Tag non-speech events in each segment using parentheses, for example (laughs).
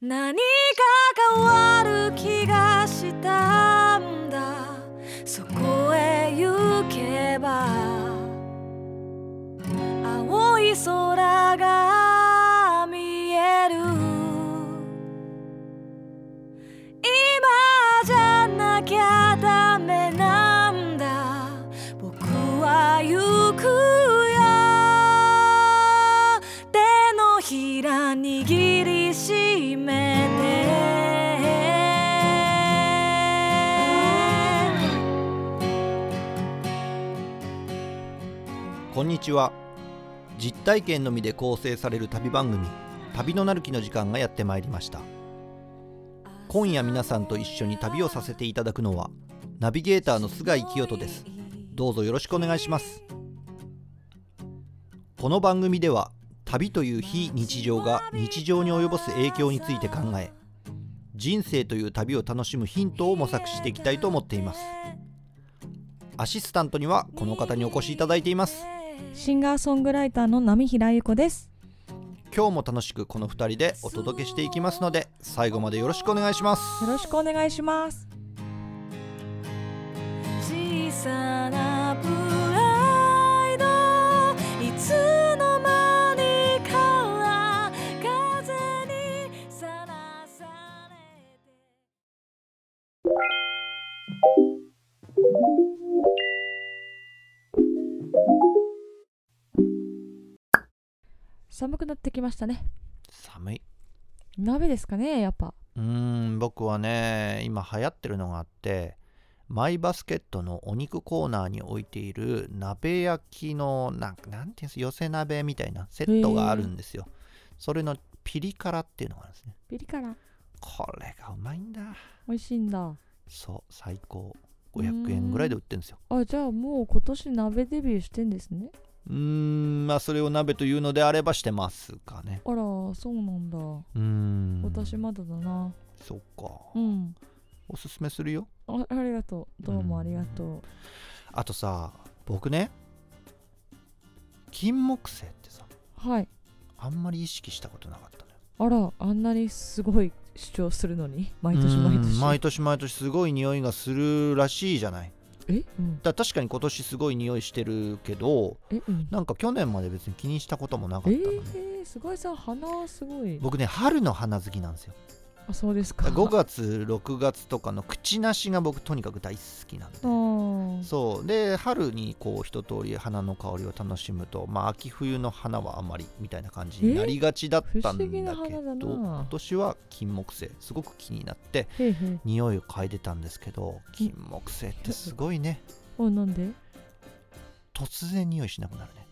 何か変わる気がしたんだそこへ行けば青い空が見える今じゃなきゃダメなんだ僕は行くよ手のひら握りしめてこんにちは実体験のみで構成される旅番組旅のなる木の時間がやってまいりました今夜皆さんと一緒に旅をさせていただくのはナビゲーターの菅井清人ですどうぞよろしくお願いしますこの番組では旅という非日常が日常に及ぼす影響について考え人生という旅を楽しむヒントを模索していきたいと思っていますアシスタントにはこの方にお越しいただいていますシンガーソングライターの波平由子です。今日も楽しくこの2人でお届けしていきますので最後までよろしくお願いしますよろしくお願いします。小さなプライドいつの間にか風にさらされて寒くなってきましたね。寒い鍋ですかね、やっぱ。うーん僕はね今流行ってるのがあってマイバスケットのお肉コーナーに置いている鍋焼きのなんかなんていうんです寄せ鍋みたいなセットがあるんですよそれのピリ辛っていうのがあるんですねピリ辛。これがうまいんだ美味しいんだ。そう最高500円ぐらいで売ってるんですよあ、じゃあもう今年鍋デビューしてんですね。うーんまあそれを鍋というのであればしてますかねあら、そうなんだ。うーん私まだだな。そっかうん。おすすめするよあありがとう。どうもありがとあとさ僕ね金木犀ってさう。はい。あんまり意識したことなかったのよあら、あんなにすごい主張するのに、毎年毎うん年。毎年毎年すごい匂いがするらしいじゃないえ、うん。だ確かに今年すごい匂いしてるけどえ、うん。なんか去年まで別に気にしたこともなかえったのね、ー、すごいさ、鼻すごい。僕ね春の花好きなんですよあ、そうですか。 5月6月とかの口なしが僕とにかく大好きなんであーそうで春にこう一通り花の香りを楽しむと、まあ、秋冬の花はあんまりみたいな感じになりがちだっ不たん思だけ議な花だど今な。年は金木犀すごく気になってへいへい。匂いを嗅いでたんですけど金木犀ってすごいねおなんで突然匂いしなくなるね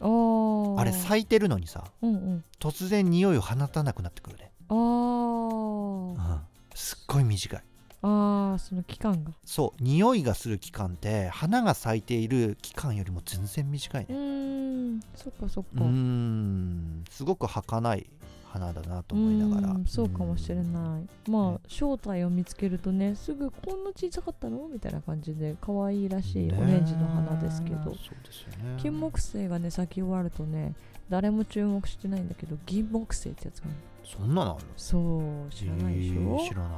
あーあれ咲いてるのにさうんうん突然匂いを放たなくなってくるね、あうーん、すっごい短いあーその期間がそう匂いがする期間って花が咲いている期間よりも全然短いうねーんそっかそっかうーんすごく儚い花だなと思いながらうーんそうかもしれうんないまねあ正体を見つけるとねすぐこんな小さかったのみたいな感じで可愛いらしいねオレンジの花ですけどそうですよね金木犀がね咲き終わるとね誰も注目してないんだけど銀木犀ってやつがあるそんなのあるそう知らないでしょえー知らない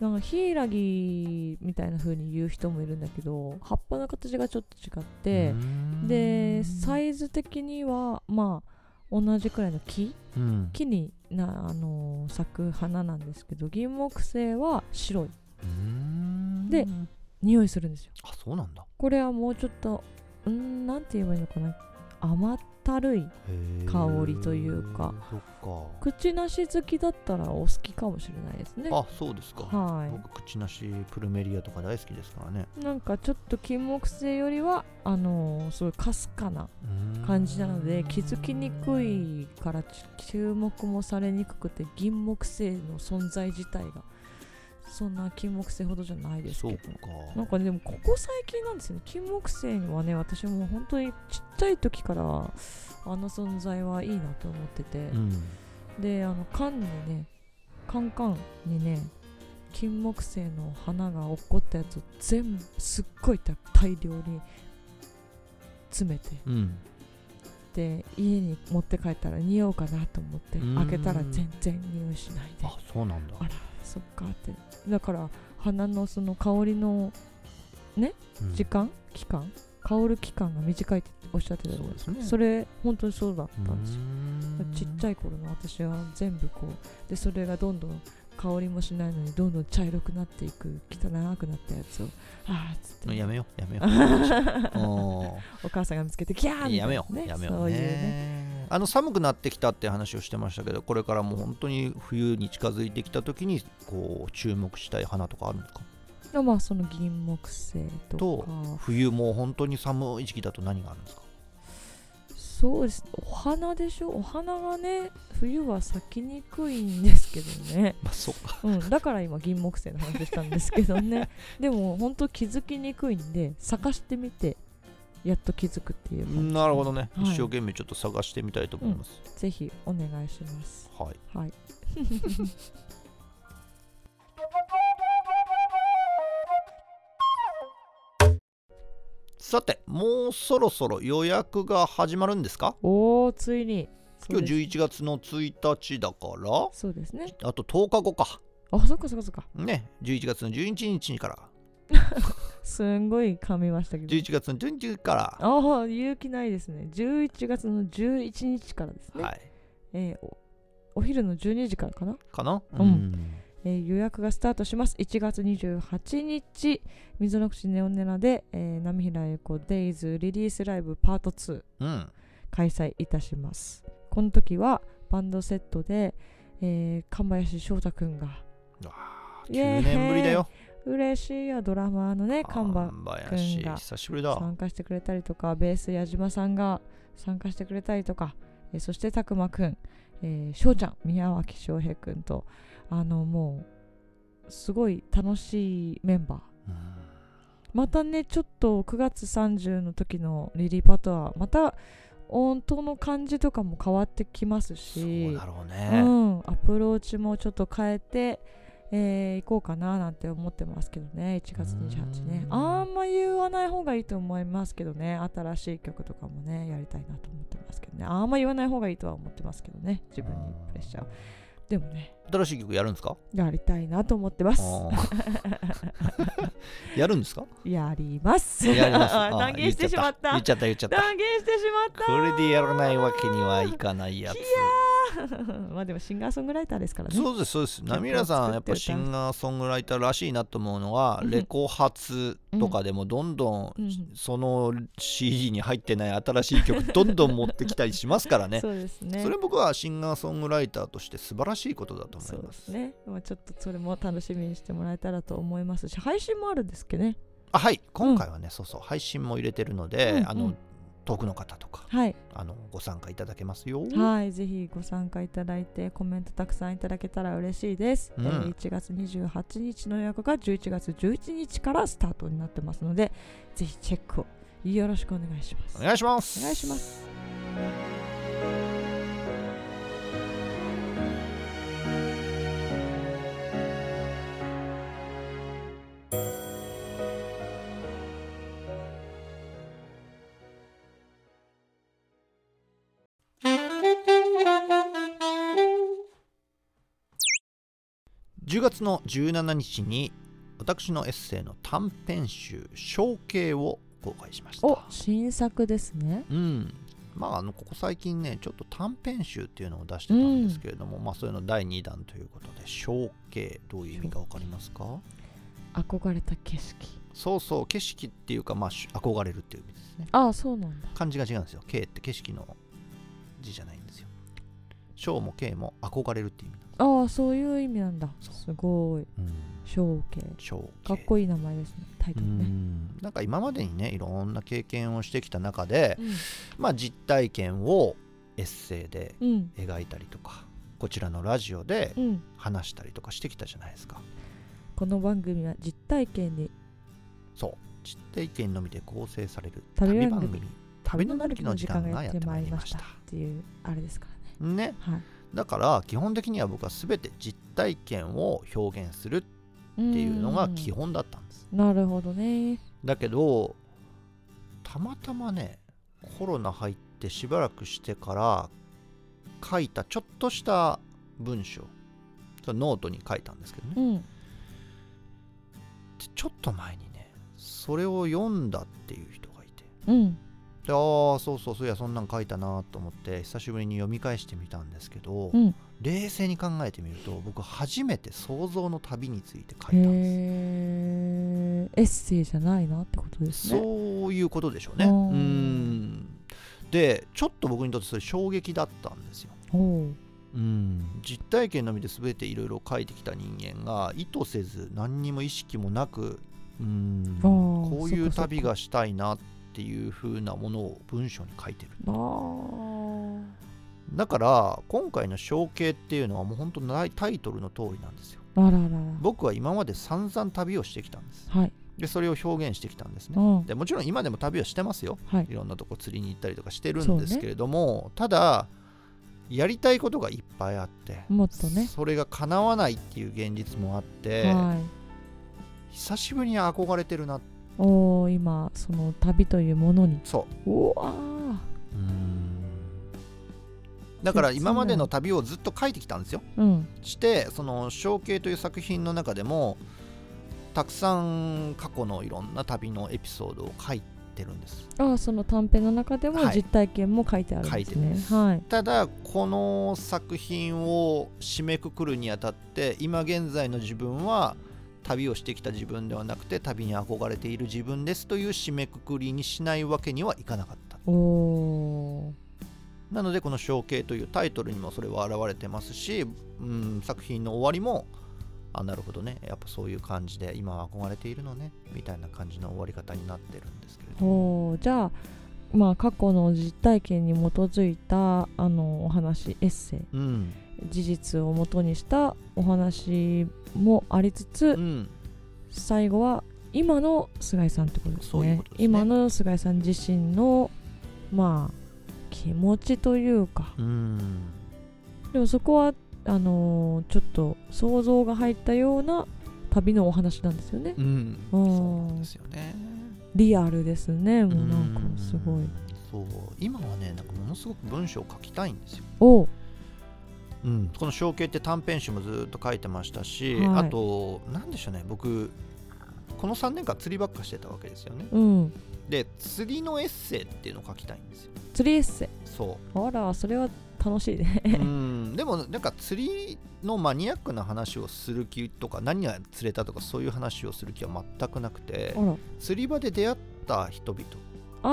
なんかヒイラギみたいな風に言う人もいるんだけど葉っぱの形がちょっと違ってうー、んでサイズ的にはまあ同じくらいの木うん木にな、あのー咲く花なんですけど銀木犀は白いうーんで匂いするんですよあそうなんだこれはもうちょっとうーんなんて言えばいいのかな甘ったるいへー香りというかそっ口なし好きだったらお好きかもしれないですねかあそうですかは僕口なしプルメリアとか大好きですからねいなんかちょっと金木犀よりはあのーすごいかすかなうーん感じなので気づきにくいからち注目もされにくくて銀木犀の存在自体がそんな金木犀ほどじゃないですそけうどかなんかねでもここ最近なんですよね金木犀にはね私も本当にちっちゃい時からあの存在はいいなと思ってて、うんであの缶にねカンカンにね金木犀の花が落っこったやつを全部すっごい大量に詰めてうんでて家に持って帰ったら匂うかなと思ってうん開けたら全然匂いしないであそうなんだあらそっかってだから花のその香りのうん時間、期間香る期間が短いっておっしゃってたじゃないですそうですかねそれ本当にそうだったんですようんちっちゃい頃の私は全部こうでそれがどんどん香りもしないのにどんどん茶色くなっていく汚くなったやつをああっつってやめようやめ (laughs) ようおお母さんが見つけてギャーみたーいな、ね、やめよう、やめよそううねいうねあの寒くなってきたって話をしてましたけどこれからもう本当に冬に近づいてきた時にこう注目したい花とかあるんですかでまあその銀木犀とかと冬もう本当に寒い時期だと何があるんですかそうですお花でしょお花がね冬は咲きにくいんですけどね、まあそうかうん、だから今銀木犀の話したんですけど (laughs) ねでも本当気づきにくいんで探してみてやっと気づくっていう感じなるほどね、はい一生懸命ちょっと探してみたいと思います、ぜひお願いしますはいはいさてもうそろそろ予約が始まるんですかおおついに今日11月の1日だからそうですねあと10日後かあそっかそっかそっかね11月の11日からすんごい噛みましたけど11月の11日からああ勇気ないですね11月の11日からですね、はいえーおお昼の12時からかな、かなうんえー予約がスタートします1月28日溝の口ネオネラで、えー波平英子デイズリリースライブパート2うん開催いたしますこの時はバンドセットで、えー、神林翔太くんがイエー9イ年ぶりだよ嬉しいよドラマーのね看板神林君が久しぶりだ参加してくれたりとかベース矢島さんが参加してくれたりとか、えーそして拓磨くん、えー、翔ちゃん宮脇翔平くんとあのもうすごい楽しいメンバーうんまたねちょっと9月30の時のリリーパとはまた音頭の感じとかも変わってきますそうしだろううねん、アプローチもちょっと変えて、えー行こうかななんて思ってますけどね1月28日ねうーんあんま言わない方がいいと思いますけどね新しい曲とかもねやりたいなと思ってますけどねあんま言わない方がいいとは思ってますけどね自分にプレッシャーをでもね新しい曲やるんで (laughs) すかやりたいなと思ってますあー (laughs) やるん (laughs) ですかやりますやり (laughs) ますあー断言してしまった言っちゃった言っちゃった言っちゃ断っ言してしまったたこれでやらないわけにはいかないやつやまあでもシンガー (laughs) ソングライターですからねそうですそうですナミラさんやっぱシンガーソングライターらしいなと思うのはうんレコ発とかでもどんどうんんその CD に入ってない新しい曲どんどん持ってきたりしますからねそうですねそれ僕はシンガーソングライターとして素晴らしいことだとそう思いでますすね、まあ、ちょっとそれも楽しみにしてもらえたらと思いますし配信もあるんですけどねあはい今回はね、そうそう配信も入れてるので、うんうんあの遠くの方とかはい、あのご参加いただけますよはい、ぜひご参加いただいてコメントたくさんいただけたら嬉しいです、うんえー1月28日の予約が11月11日からスタートになってますのでぜひチェックをよろしくお願いしますお願いしますお願いします10月の17日に私のエッセイの短編集「象形」を公開しましたお新作ですねうんまああのここ最近ねちょっと短編集っていうのを出してたんですけれども、まあそれの第2弾ということで「象形」どういう意味か分かりますか憧れた景色そうそう景色っていうかまあし憧れるっていう意味ですねああそうなんだ漢字が違うんですよ。K って景色の字じゃないんですよ。章も K も憧れるって意味なんでああそういう意味なんだそうすごい象形す。章かっこいい名前ですねタイトルねなんか今までにねいろんな経験をしてきた中で、うんまあ、実体験をエッセイでうん描いたりとかこちらのラジオでうん話したりとかしてきたじゃないですか。この番組は実体験にそう実体験のみで構成される旅旅番番組組「旅のなるき」の時間がやってまいりまし。ったていうあれですからねね、はいだから基本的には僕は全て実体験を表現するっていうのが基本だったんです。うんなるほどねだけどたまたまねコロナ入っってしばらくしてから書いたちょっとした文章それノートに書いたんですけどね、うんでちょっと前にねそれを読んだっていう人がいてうんでああそうそうそういやそんなん書いたなと思って久しぶりに読み返してみたんですけど、うん冷静に考えてみると僕初めて想像の旅について書いたへんですえエッセイじゃないなってことですねそういうことでしょうねあうーんでちょっと僕にとってそれ衝撃だったんですよおううん実体験のみで全ていろいろ書いてきた人間が意図せず何にも意識もなくうんあーこういそっうかそっか旅がしたいなっていう風なものを文章に書いてるあーだから今回の「象形」っていうのはもう本当ないタイトルの通りなんですよあららら僕は今まで散々旅をしてきたんですはいでそれを表現してきたんですうねんでもちろん今でも旅はしてますよはいいろんなとこ釣りに行ったりとかしてるそうんねですけれども、ただやりたいことがいっぱいあってもっとねそれが叶わないっていう現実もあって、はい久しぶりに憧れてるなおー今その旅というものにそうわうだから今までの旅をずっと書いてきたんですよーうんしてその「象形」という作品の中でもたくさん過去のいろんな旅のエピソードを書いてるんですああその短編の中でもはい実体験も書いてあるんですね、書いてますはいただこの作品を締めくくるにあたって今現在の自分は旅をしてきた自分ではなくて旅に憧れている自分ですという締めくくりにしないわけにはいかなかったおおなのでこの「象形」というタイトルにもそれは表れてますし、うん、作品の終わりもあなるほどねやっぱそういう感じで今は憧れているのねみたいな感じの終わり方になってるんですけれどおーじゃあまあ過去の実体験に基づいたあのお話エッセイうん事実を元にしたお話もありつつ、うん最後は今の菅井さんってことですそういうねことですね今の菅井さん自身のまあ気持ちというかうんでもそこはあのーちょっと想像が入ったような旅のお話なんですよねうんそうなんですよねリアルですねもうなんかすごういんそう今はねなんかものすごく文章を書きたいんですよおううん、この「象形」って短編集もずっと書いてましたし、はいあと何でしょうね僕この3年間釣りばっかしてたわけですよねうんで釣りのエッセイっていうのを書きたいんですよ釣りエッセイそあらそれは楽しいねううんでもなんか釣りのマニアックな話をする気とか何が釣れたとかそういう話をする気は全くなくて (laughs) あら釣り場で出会った人々あ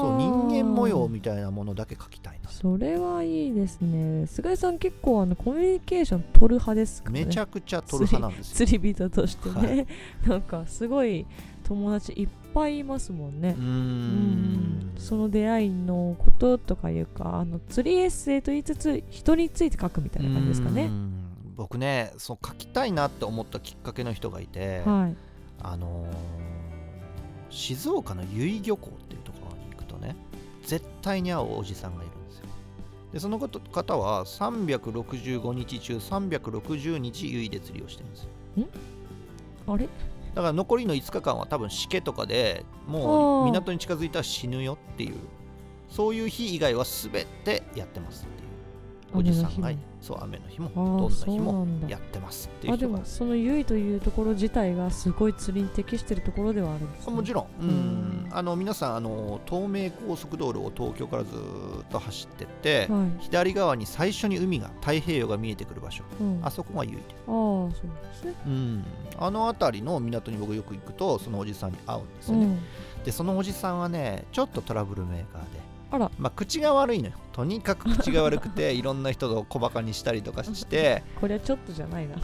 そうー人間模様みたいなものだけ書きたいなそれはいいですね菅井さん結構あのコミュニケーション取る派ですからねめちゃくちゃ取る派なんですよ釣り人としてね、は (laughs) なんかすごい友達いっぱいいますもんねう、ーうんその出会いのこととかいうかあの釣りエッセイと言いつつ人について書くみたいな感じですかうねん僕ねそう書きたいなって思ったきっかけの人がいて、はいあのー静岡の由比漁港っていうところに行くとね絶対に会うおじさんがいるんですよでそのこと方は365日中360日由比で釣りをしてるんですよあれだから残りの5日間は多分しけとかでもあーう港に近づいたら死ぬよっていうそういう日以外は全てやってますっていうおじさんが雨の日もそう雨の日もあどあんなそ日うもなんだやってますっていうあで人がもそのゆいというところ自体がすごい釣りに適してるところではあるんです、あね、もちろん、うんうんあの皆さんあの東名高速道路を東京からずーっと走ってって、はい、左側に最初に海が太平洋が見えてくる場所うん、ああそこが唯一、あそうですねうん、あの辺りの港に僕よく行くとそのおじさんに会うんですうよね、んでそのおじさんはねちょっとトラブルメーカーであらまあ、口が悪いのよとにかく口が悪くていろんな人を小バカにしたりとかしてこれはちょっとじゃない (laughs) な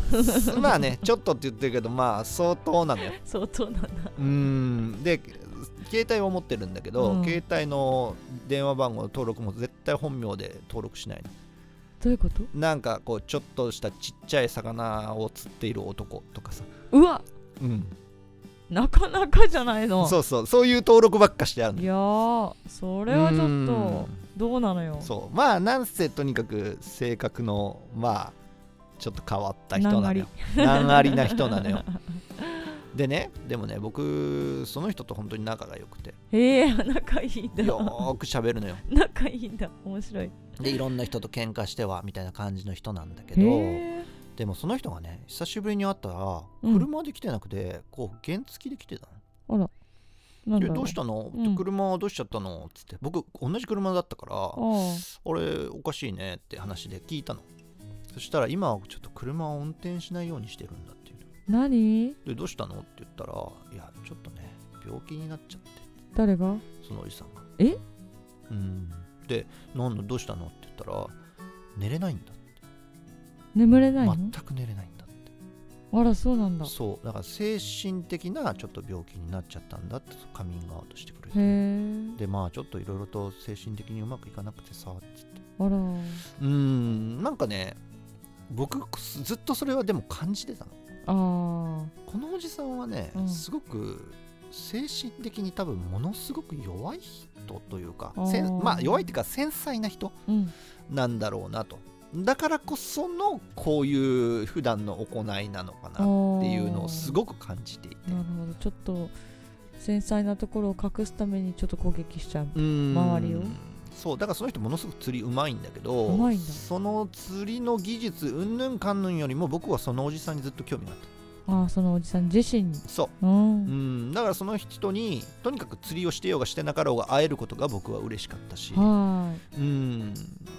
まあねちょっとって言ってるけどまあ相当なのよ相当なんだうーんで携帯を持ってるんだけど、うん携帯の電話番号の登録も絶対本名で登録しないのどういうことなんかこうちょっとしたちっちゃい魚を釣っている男とかさ、うわうん、なかなかじゃないのそうそうそういう登録ばっかしてあるのいやーそれはちょっとうどうなのよんそうまあなんせとにかく性 (laughs) 格のまあちょっと変わった人なのよ難ありな人なのよでねでもね僕その人と本当に仲が良く (laughs) てえー、仲いいんだよーく喋るのよ仲いいんだ面白いでいろんな人と喧嘩してはみたいな感じの人なんだけへどえでもその人がね久しぶりに会ったらうん車で来てなくてこう原付で来てたの。なんでだろどうしたの、うん車どうしちゃったのっつって僕同じ車だったからああーれおかしいねって話で聞いたのそしたら今はちょっと車を運転しないようにしてるんだっていう何でどうしたのって言ったらいやちょっとね病気になっちゃって誰がそのおじさんがえうんで何のどうしたのって言ったら寝れないんだ眠れないの、全く寝れないんだってあらそうなんだへそうだから精神的なちょっと病気になっちゃったんだってカミングアウトしてくれてえでまあちょっといろいろと精神的にうまくいかなくてさってあらうーんなんかね僕ずっとそれはでも感じてたのあーこのおじさんはね、うんすごく精神的に多分ものすごく弱い人というかあーせんまあ弱いっていうか繊細な人うんなんだろうなとだからこそのこういう普段の行いなのかあなっーていうのをすごく感じていてなるほどちょっと繊細なところを隠すためにちょっと攻撃しちゃううーん周りをそうだからその人ものすごく釣りうまいんだけどうまいんだその釣りの技術うんぬんかんぬんよりも僕はそのおじさんにずっと興味があったああそのおじさん自身にそうう、うんん、だからその人にとにかく釣りをしてようがしてなかろうが会えることが僕は嬉しかったし、はーいうん、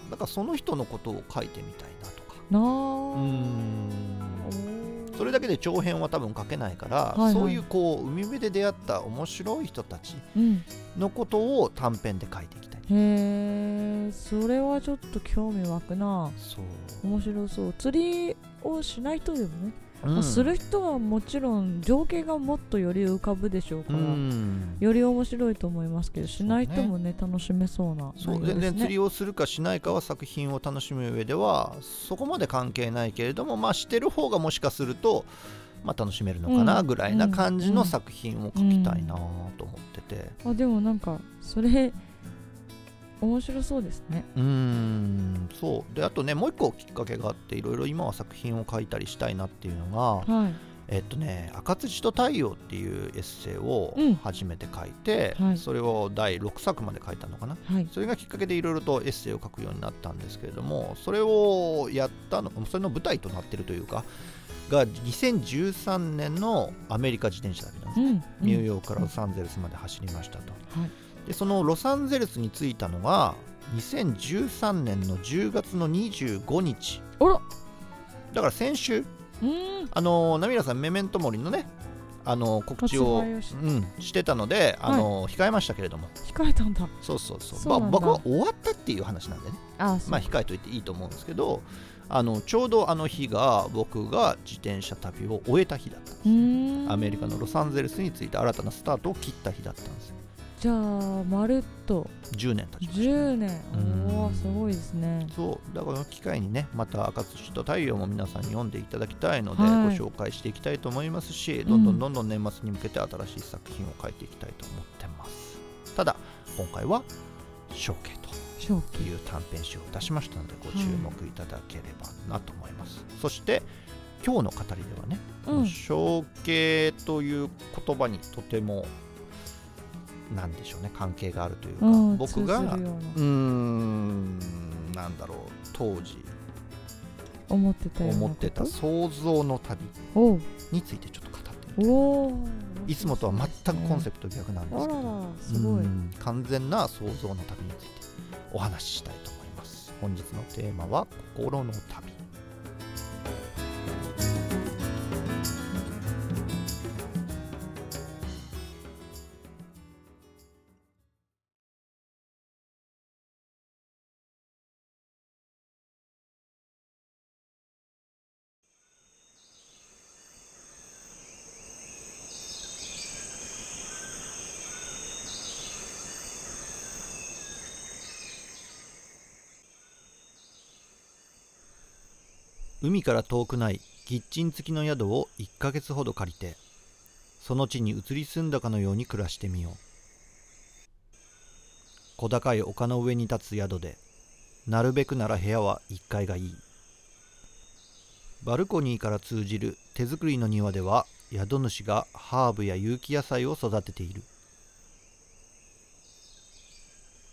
だからその人のことを書いてみたいなとか、なあうん、おーそれだけで長編は多分書けないから、いはいそういうこう海辺で出会った面白い人たちうんのことを短編で書いていきたい。へえそれはちょっと興味湧くなそう面白そう釣りをしない人でもね、うんまあする人はもちろん情景がもっとより浮かぶでしょううから、んより面白いと思いますけどしない人そうねもね楽しめそうなそ内う容全です然釣ねりをするかしないかは作品を楽しむ上ではそこまで関係ないけれどもまあしてる方がもしかすると、まあ、楽しめるのかなうんぐらいな感じのうん作品を描きたいなと思っててあでもなんかそれ面白そうですねうーんそうであとねもう一個きっかけがあっていろいろ今は作品を書いたりしたいなっていうのがはいえっとね「赤土と太陽」っていうエッセイをうん初めて書いて、はいそれを第6作まで書いたのかなはいそれがきっかけでいろいろとエッセイを書くようになったんですけれどもそれをやったのそれの舞台となってるというかが2013年のアメリカ自転車旅なんです、うんニューーヨークからロサンゼルスまで走りましたと、はいでそのロサンゼルスに着いたのが2013年の10月の25日あらだから先週うーんあのーナミラさんメメントモリのねあのー告知を発売をしうん、してたので、あのー控えましたけれども控えたんだそうそうそうそうまなあんだ僕は終わったっていう話なんでねあそう、まあ、控えといていいと思うんですけどあのちょうどあの日が僕が自転車旅を終えた日だったんですうーんアメリカのロサンゼルスについて新たなスタートを切った日だったんですよじゃあまるっと10年経ちました10年うんおおすごいですねそうだからこの機会にねまた「赤土と太陽」も皆さんに読んでいただきたいので、はいご紹介していきたいと思いますし、んどんどんどんどん年末に向けて新しい作品を書いていきたいと思ってますただ今回は「象形」とショッという短編集を出しましたのでご注目いただければなと思います、そして今日の語りではね「うん象形」という言葉にとてもなんでしょうね関係があるというか、うん僕が通ずうるようなーんなんだろう当時思ってたようなこと思ってた想像の旅おうについてちょっと語ってみるおおいつもとは全くコンセプト逆なんであすけらどらすごいうん完全な想像の旅についてお話ししたいと思います本日のテーマは心の旅海から遠くないキッチン付きの宿を1ヶ月ほど借りてその地に移り住んだかのように暮らしてみよう小高い丘の上に立つ宿でなるべくなら部屋は1階がいいバルコニーから通じる手作りの庭では宿主がハーブや有機野菜を育てている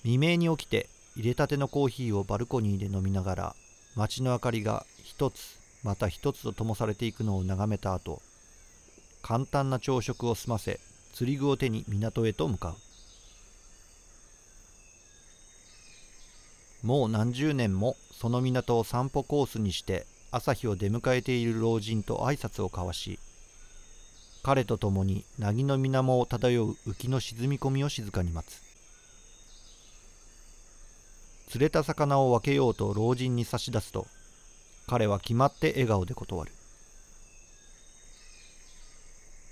未明に起きて入れたてのコーヒーをバルコニーで飲みながら街の明かりが一つまた一つと灯されていくのを眺めた後簡単な朝食を済ませ釣り具を手に港へと向かうもう何十年もその港を散歩コースにして朝日を出迎えている老人と挨拶を交わし彼と共に凪の水面を漂う浮きの沈み込みを静かに待つ釣れた魚を分けようと老人に差し出すと彼は決まって笑顔で断る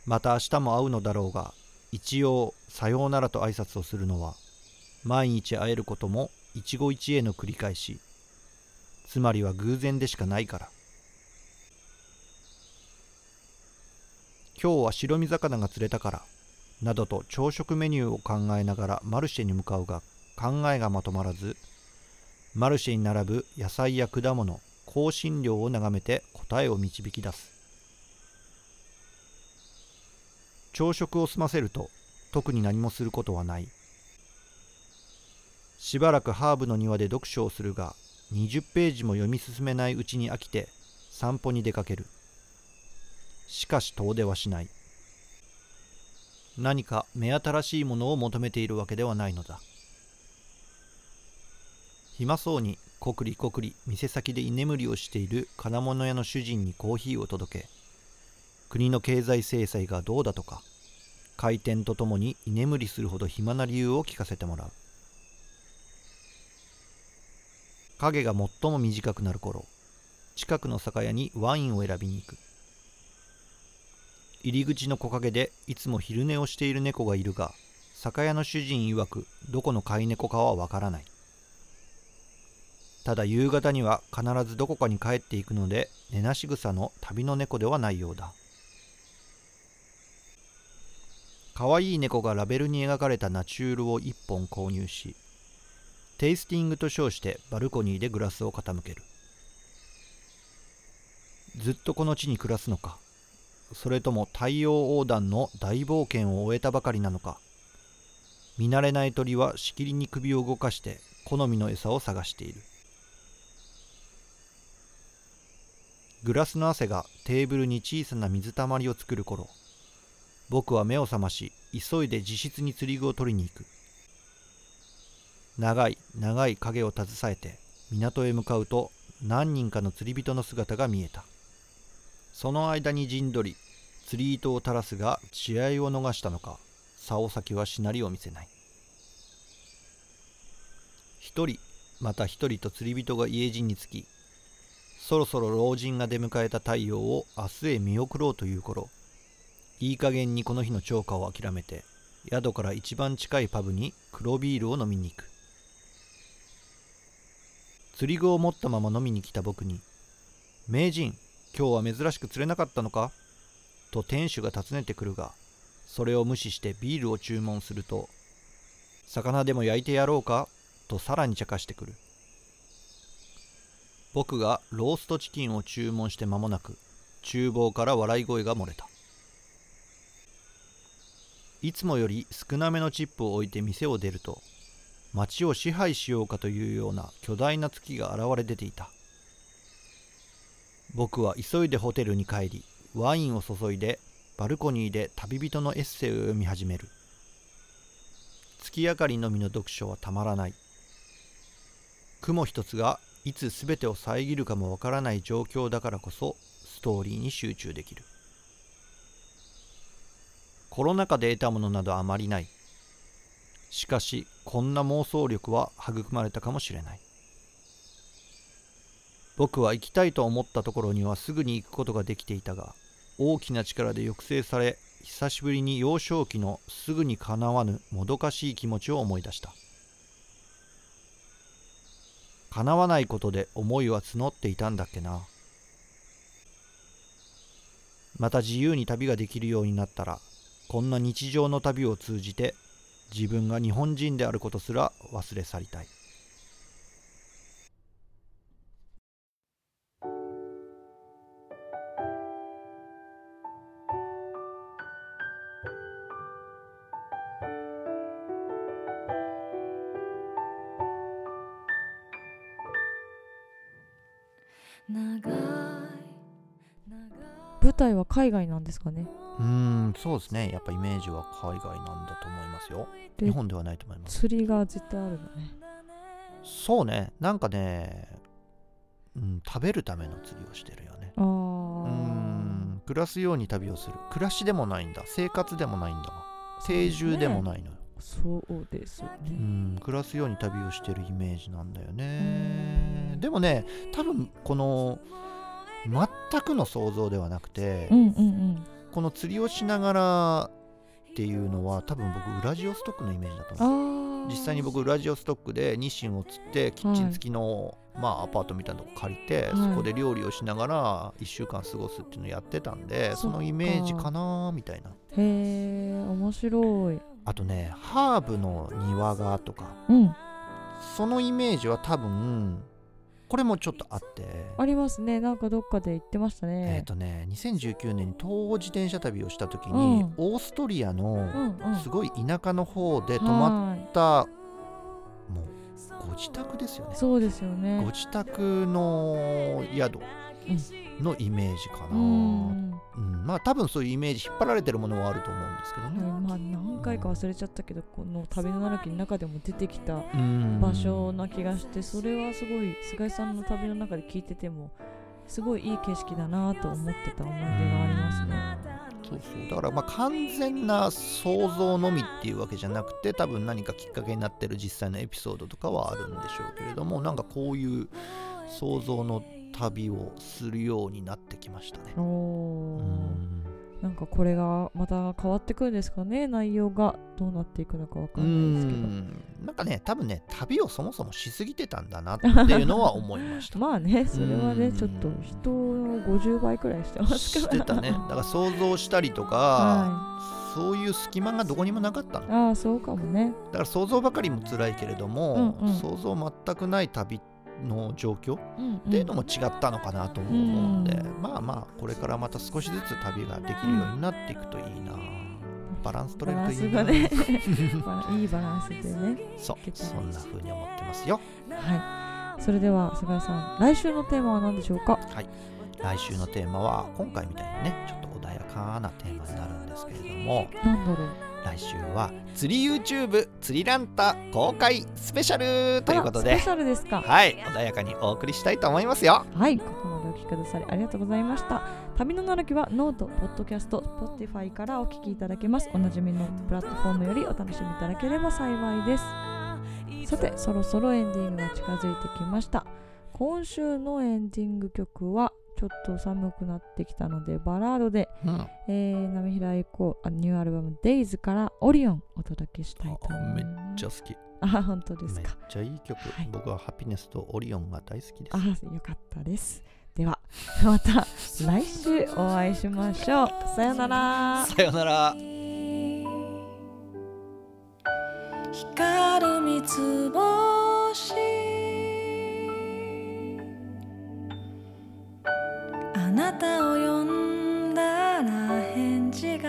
また明日も会うのだろうが一応さようならと挨拶をするのは毎日会えることも一期一会の繰り返しつまりは偶然でしかないから今日は白身魚が釣れたからなどと朝食メニューを考えながらマルシェに向かうが考えがまとまらずマルシェに並ぶ野菜や果物香辛料を眺めて答えを導き出す朝食を済ませると特に何もすることはないしばらくハーブの庭で読書をするが20ページも読み進めないうちに飽きて散歩に出かけるしかし遠出はしない何か目新しいものを求めているわけではないのだ暇そうにこくりこくり店先で居眠りをしている金物屋の主人にコーヒーを届け国の経済制裁がどうだとか開店とともに居眠りするほど暇な理由を聞かせてもらう影が最も短くなる頃近くの酒屋にワインを選びに行く入り口の木陰でいつも昼寝をしている猫がいるが酒屋の主人曰くどこの飼い猫かはわからないただ夕方には必ずどこかに帰っていくので寝なし草の旅の猫ではないようだ可愛い猫がラベルに描かれたナチュールを1本購入しテイスティングと称してバルコニーでグラスを傾けるずっとこの地に暮らすのかそれとも太陽横断の大冒険を終えたばかりなのか見慣れない鳥はしきりに首を動かして好みの餌を探しているグラスの汗がテーブルに小さな水たまりを作る頃僕は目を覚まし急いで自室に釣り具を取りに行く長い長い影を携えて港へ向かうと何人かの釣り人の姿が見えたその間に陣取り釣り糸を垂らすが血合いを逃したのか竿先はしなりを見せない一人また一人と釣り人が家路につきそろそろ老人が出迎えた太陽を明日へ見送ろうという頃いい加減にこの日の釣果を諦めて宿から一番近いパブに黒ビールを飲みに行く釣り具を持ったまま飲みに来た僕に「名人今日は珍しく釣れなかったのか?」と店主が訪ねてくるがそれを無視してビールを注文すると「魚でも焼いてやろうか?」とさらに茶化してくる僕がローストチキンを注文して間もなく厨房から笑い声が漏れたいつもより少なめのチップを置いて店を出ると街を支配しようかというような巨大な月が現れ出ていた僕は急いでホテルに帰りワインを注いでバルコニーで旅人のエッセイを読み始める月明かりのみの読書はたまらない雲一つがいつ全てを遮るかもわからない状況だからこそストーリーに集中できるコロナ禍で得たものなどあまりないしかしこんな妄想力は育まれたかもしれない僕は行きたいと思ったところにはすぐに行くことができていたが大きな力で抑制され久しぶりに幼少期のすぐにかなわぬもどかしい気持ちを思い出した叶わないことで思いは募っていたんだっけなまた自由に旅ができるようになったらこんな日常の旅を通じて自分が日本人であることすら忘れ去りたい台は海外なんですかねうーんそうですねやっぱイメージは海外なんだと思いますよで日本ではないと思います釣りが絶対あるのねそうねなんかね、うん、食べるための釣りをしてるよねあうーーん暮らすように旅をする暮らしでもないんだ生活でもないんだ定住でもないのよそうですようねん暮らすように旅をしてるイメージなんだようねんでもね多分この全くの想像ではなくて、うんうんこの釣りをしながらっていうのは多分僕ウラジオストックのイメージだとう思うんんああです実際に僕ウラジオストックでニシンを釣ってキッチン付きの、まあ、アパートみたいなとこ借りはて、いそこで料理をしながら1週間過ごすっていうのをやってたんでそそっかのイメージかなみたいなへえ面白いあとねハーブの庭がとかうんそのイメージは多分これもちょっとあってありますねなんかどっかで言ってましたえっ、ねとね2019年に東欧自転車旅をした時に、うんオーストリアうんのうんすごい田舎の方で泊まっはいたもうご自宅ですよねそうですよねご自宅の宿のイメージかな、うんうんうんまあ多分そういうイメージ引っ張られてるものはあると思うんですけどねね、まあ何回か忘れちゃったけどこの旅の奈良きの中でも出てきたうん場所な気がしてそれはすごい菅井さんの旅の中で聞いててもすごいいい景色だなと思ってた思い出がありますね。そうそうだからまあ完全な想像のみっていうわけじゃなくて多分何かきっかけになってる実際のエピソードとかはあるんでしょうけれどもなんかこういう想像の旅をするようになってきましたね。おうおーんなんかこれがまた変わってくるんですかね内容がどうなっていくのかわかうんないですんなんかね多分ね旅をそもそもしすぎてたんだなっていうのは思いましけた。どまあねそれはうねんちょっと人の50倍くらいして (laughs) ますしからてたねだから想像したりとか、はそういう隙間がどこにもなかったのい、ああそうかもねだから想像ばかりも辛いけれども、うんうん想像全くない旅の状況っうんていうのも違ったのかなと思うので、うまあまあこれからまた少しずつ旅ができるようになっていくといいな、バランス取バランれるといスいな、がね (laughs) まあいいバランスでねそうそんな風に思ってますよはいそれでは菅井さん来週のテーマは何でしょうか来週のテーマは今回みたいにねちょっと穏やかなテーマになるんですけれどもなんだろう来週は釣り YouTube 釣りランタ公開スペシャルということあでスペシャルですかはい穏やかにお送りしたいと思いますよはい、ここまでお聞きくださりありがとうございました。旅のなるきはノート、ポッドキャスト、Spotify からお聞きいただけます。おなじみのプラットフォームよりお楽しみいただければ幸いです。さて、そろそろエンディングが近づいてきました。今週のエンディング曲は、ちょっと寒くなってきたので、バラードで、うんえー、波平ゆこう、あニューアルバム Days からオリオンお届けしたいと思います。めっちゃ好きあ、本当ですめっか。ちゃいい曲、はい僕はハピネスとオリオンが大好きですあよかったですでは (laughs) また来週お会いしましょうさよならさよなら光る三つ星あなたを呼んだら返事が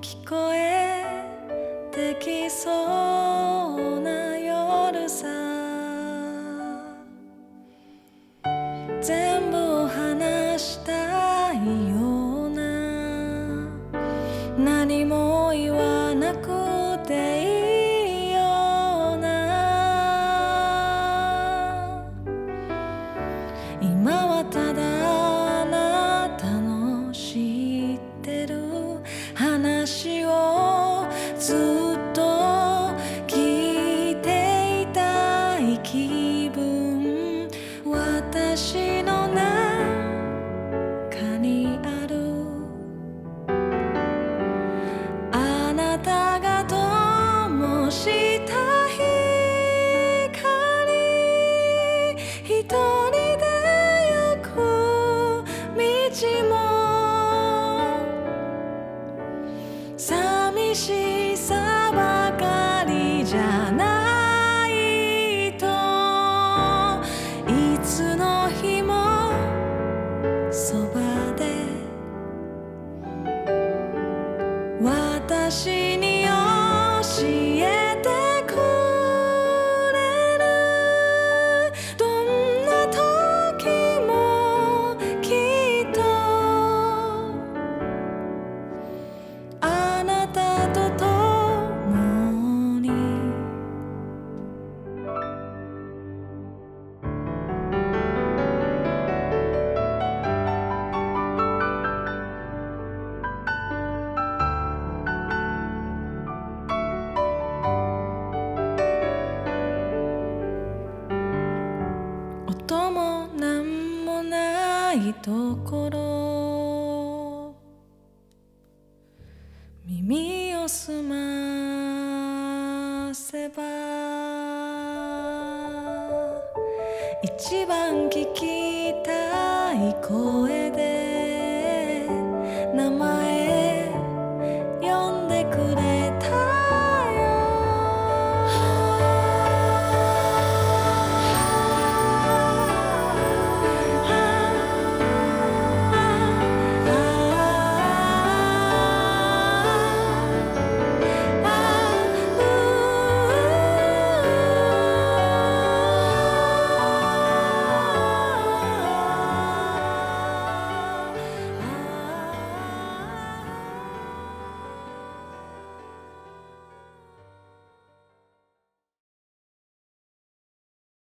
聞こえてきそうな夜さ全部を話したいような何も言わなくていいような今はただあなたの知ってる話をずっと聞いていたい気分私の中にあるあなたが灯した光一人で行く道も寂しさばかりじゃないといつの日もそばで私に教えてくれるどんな時もきっとを澄ませば一番聞きたい声で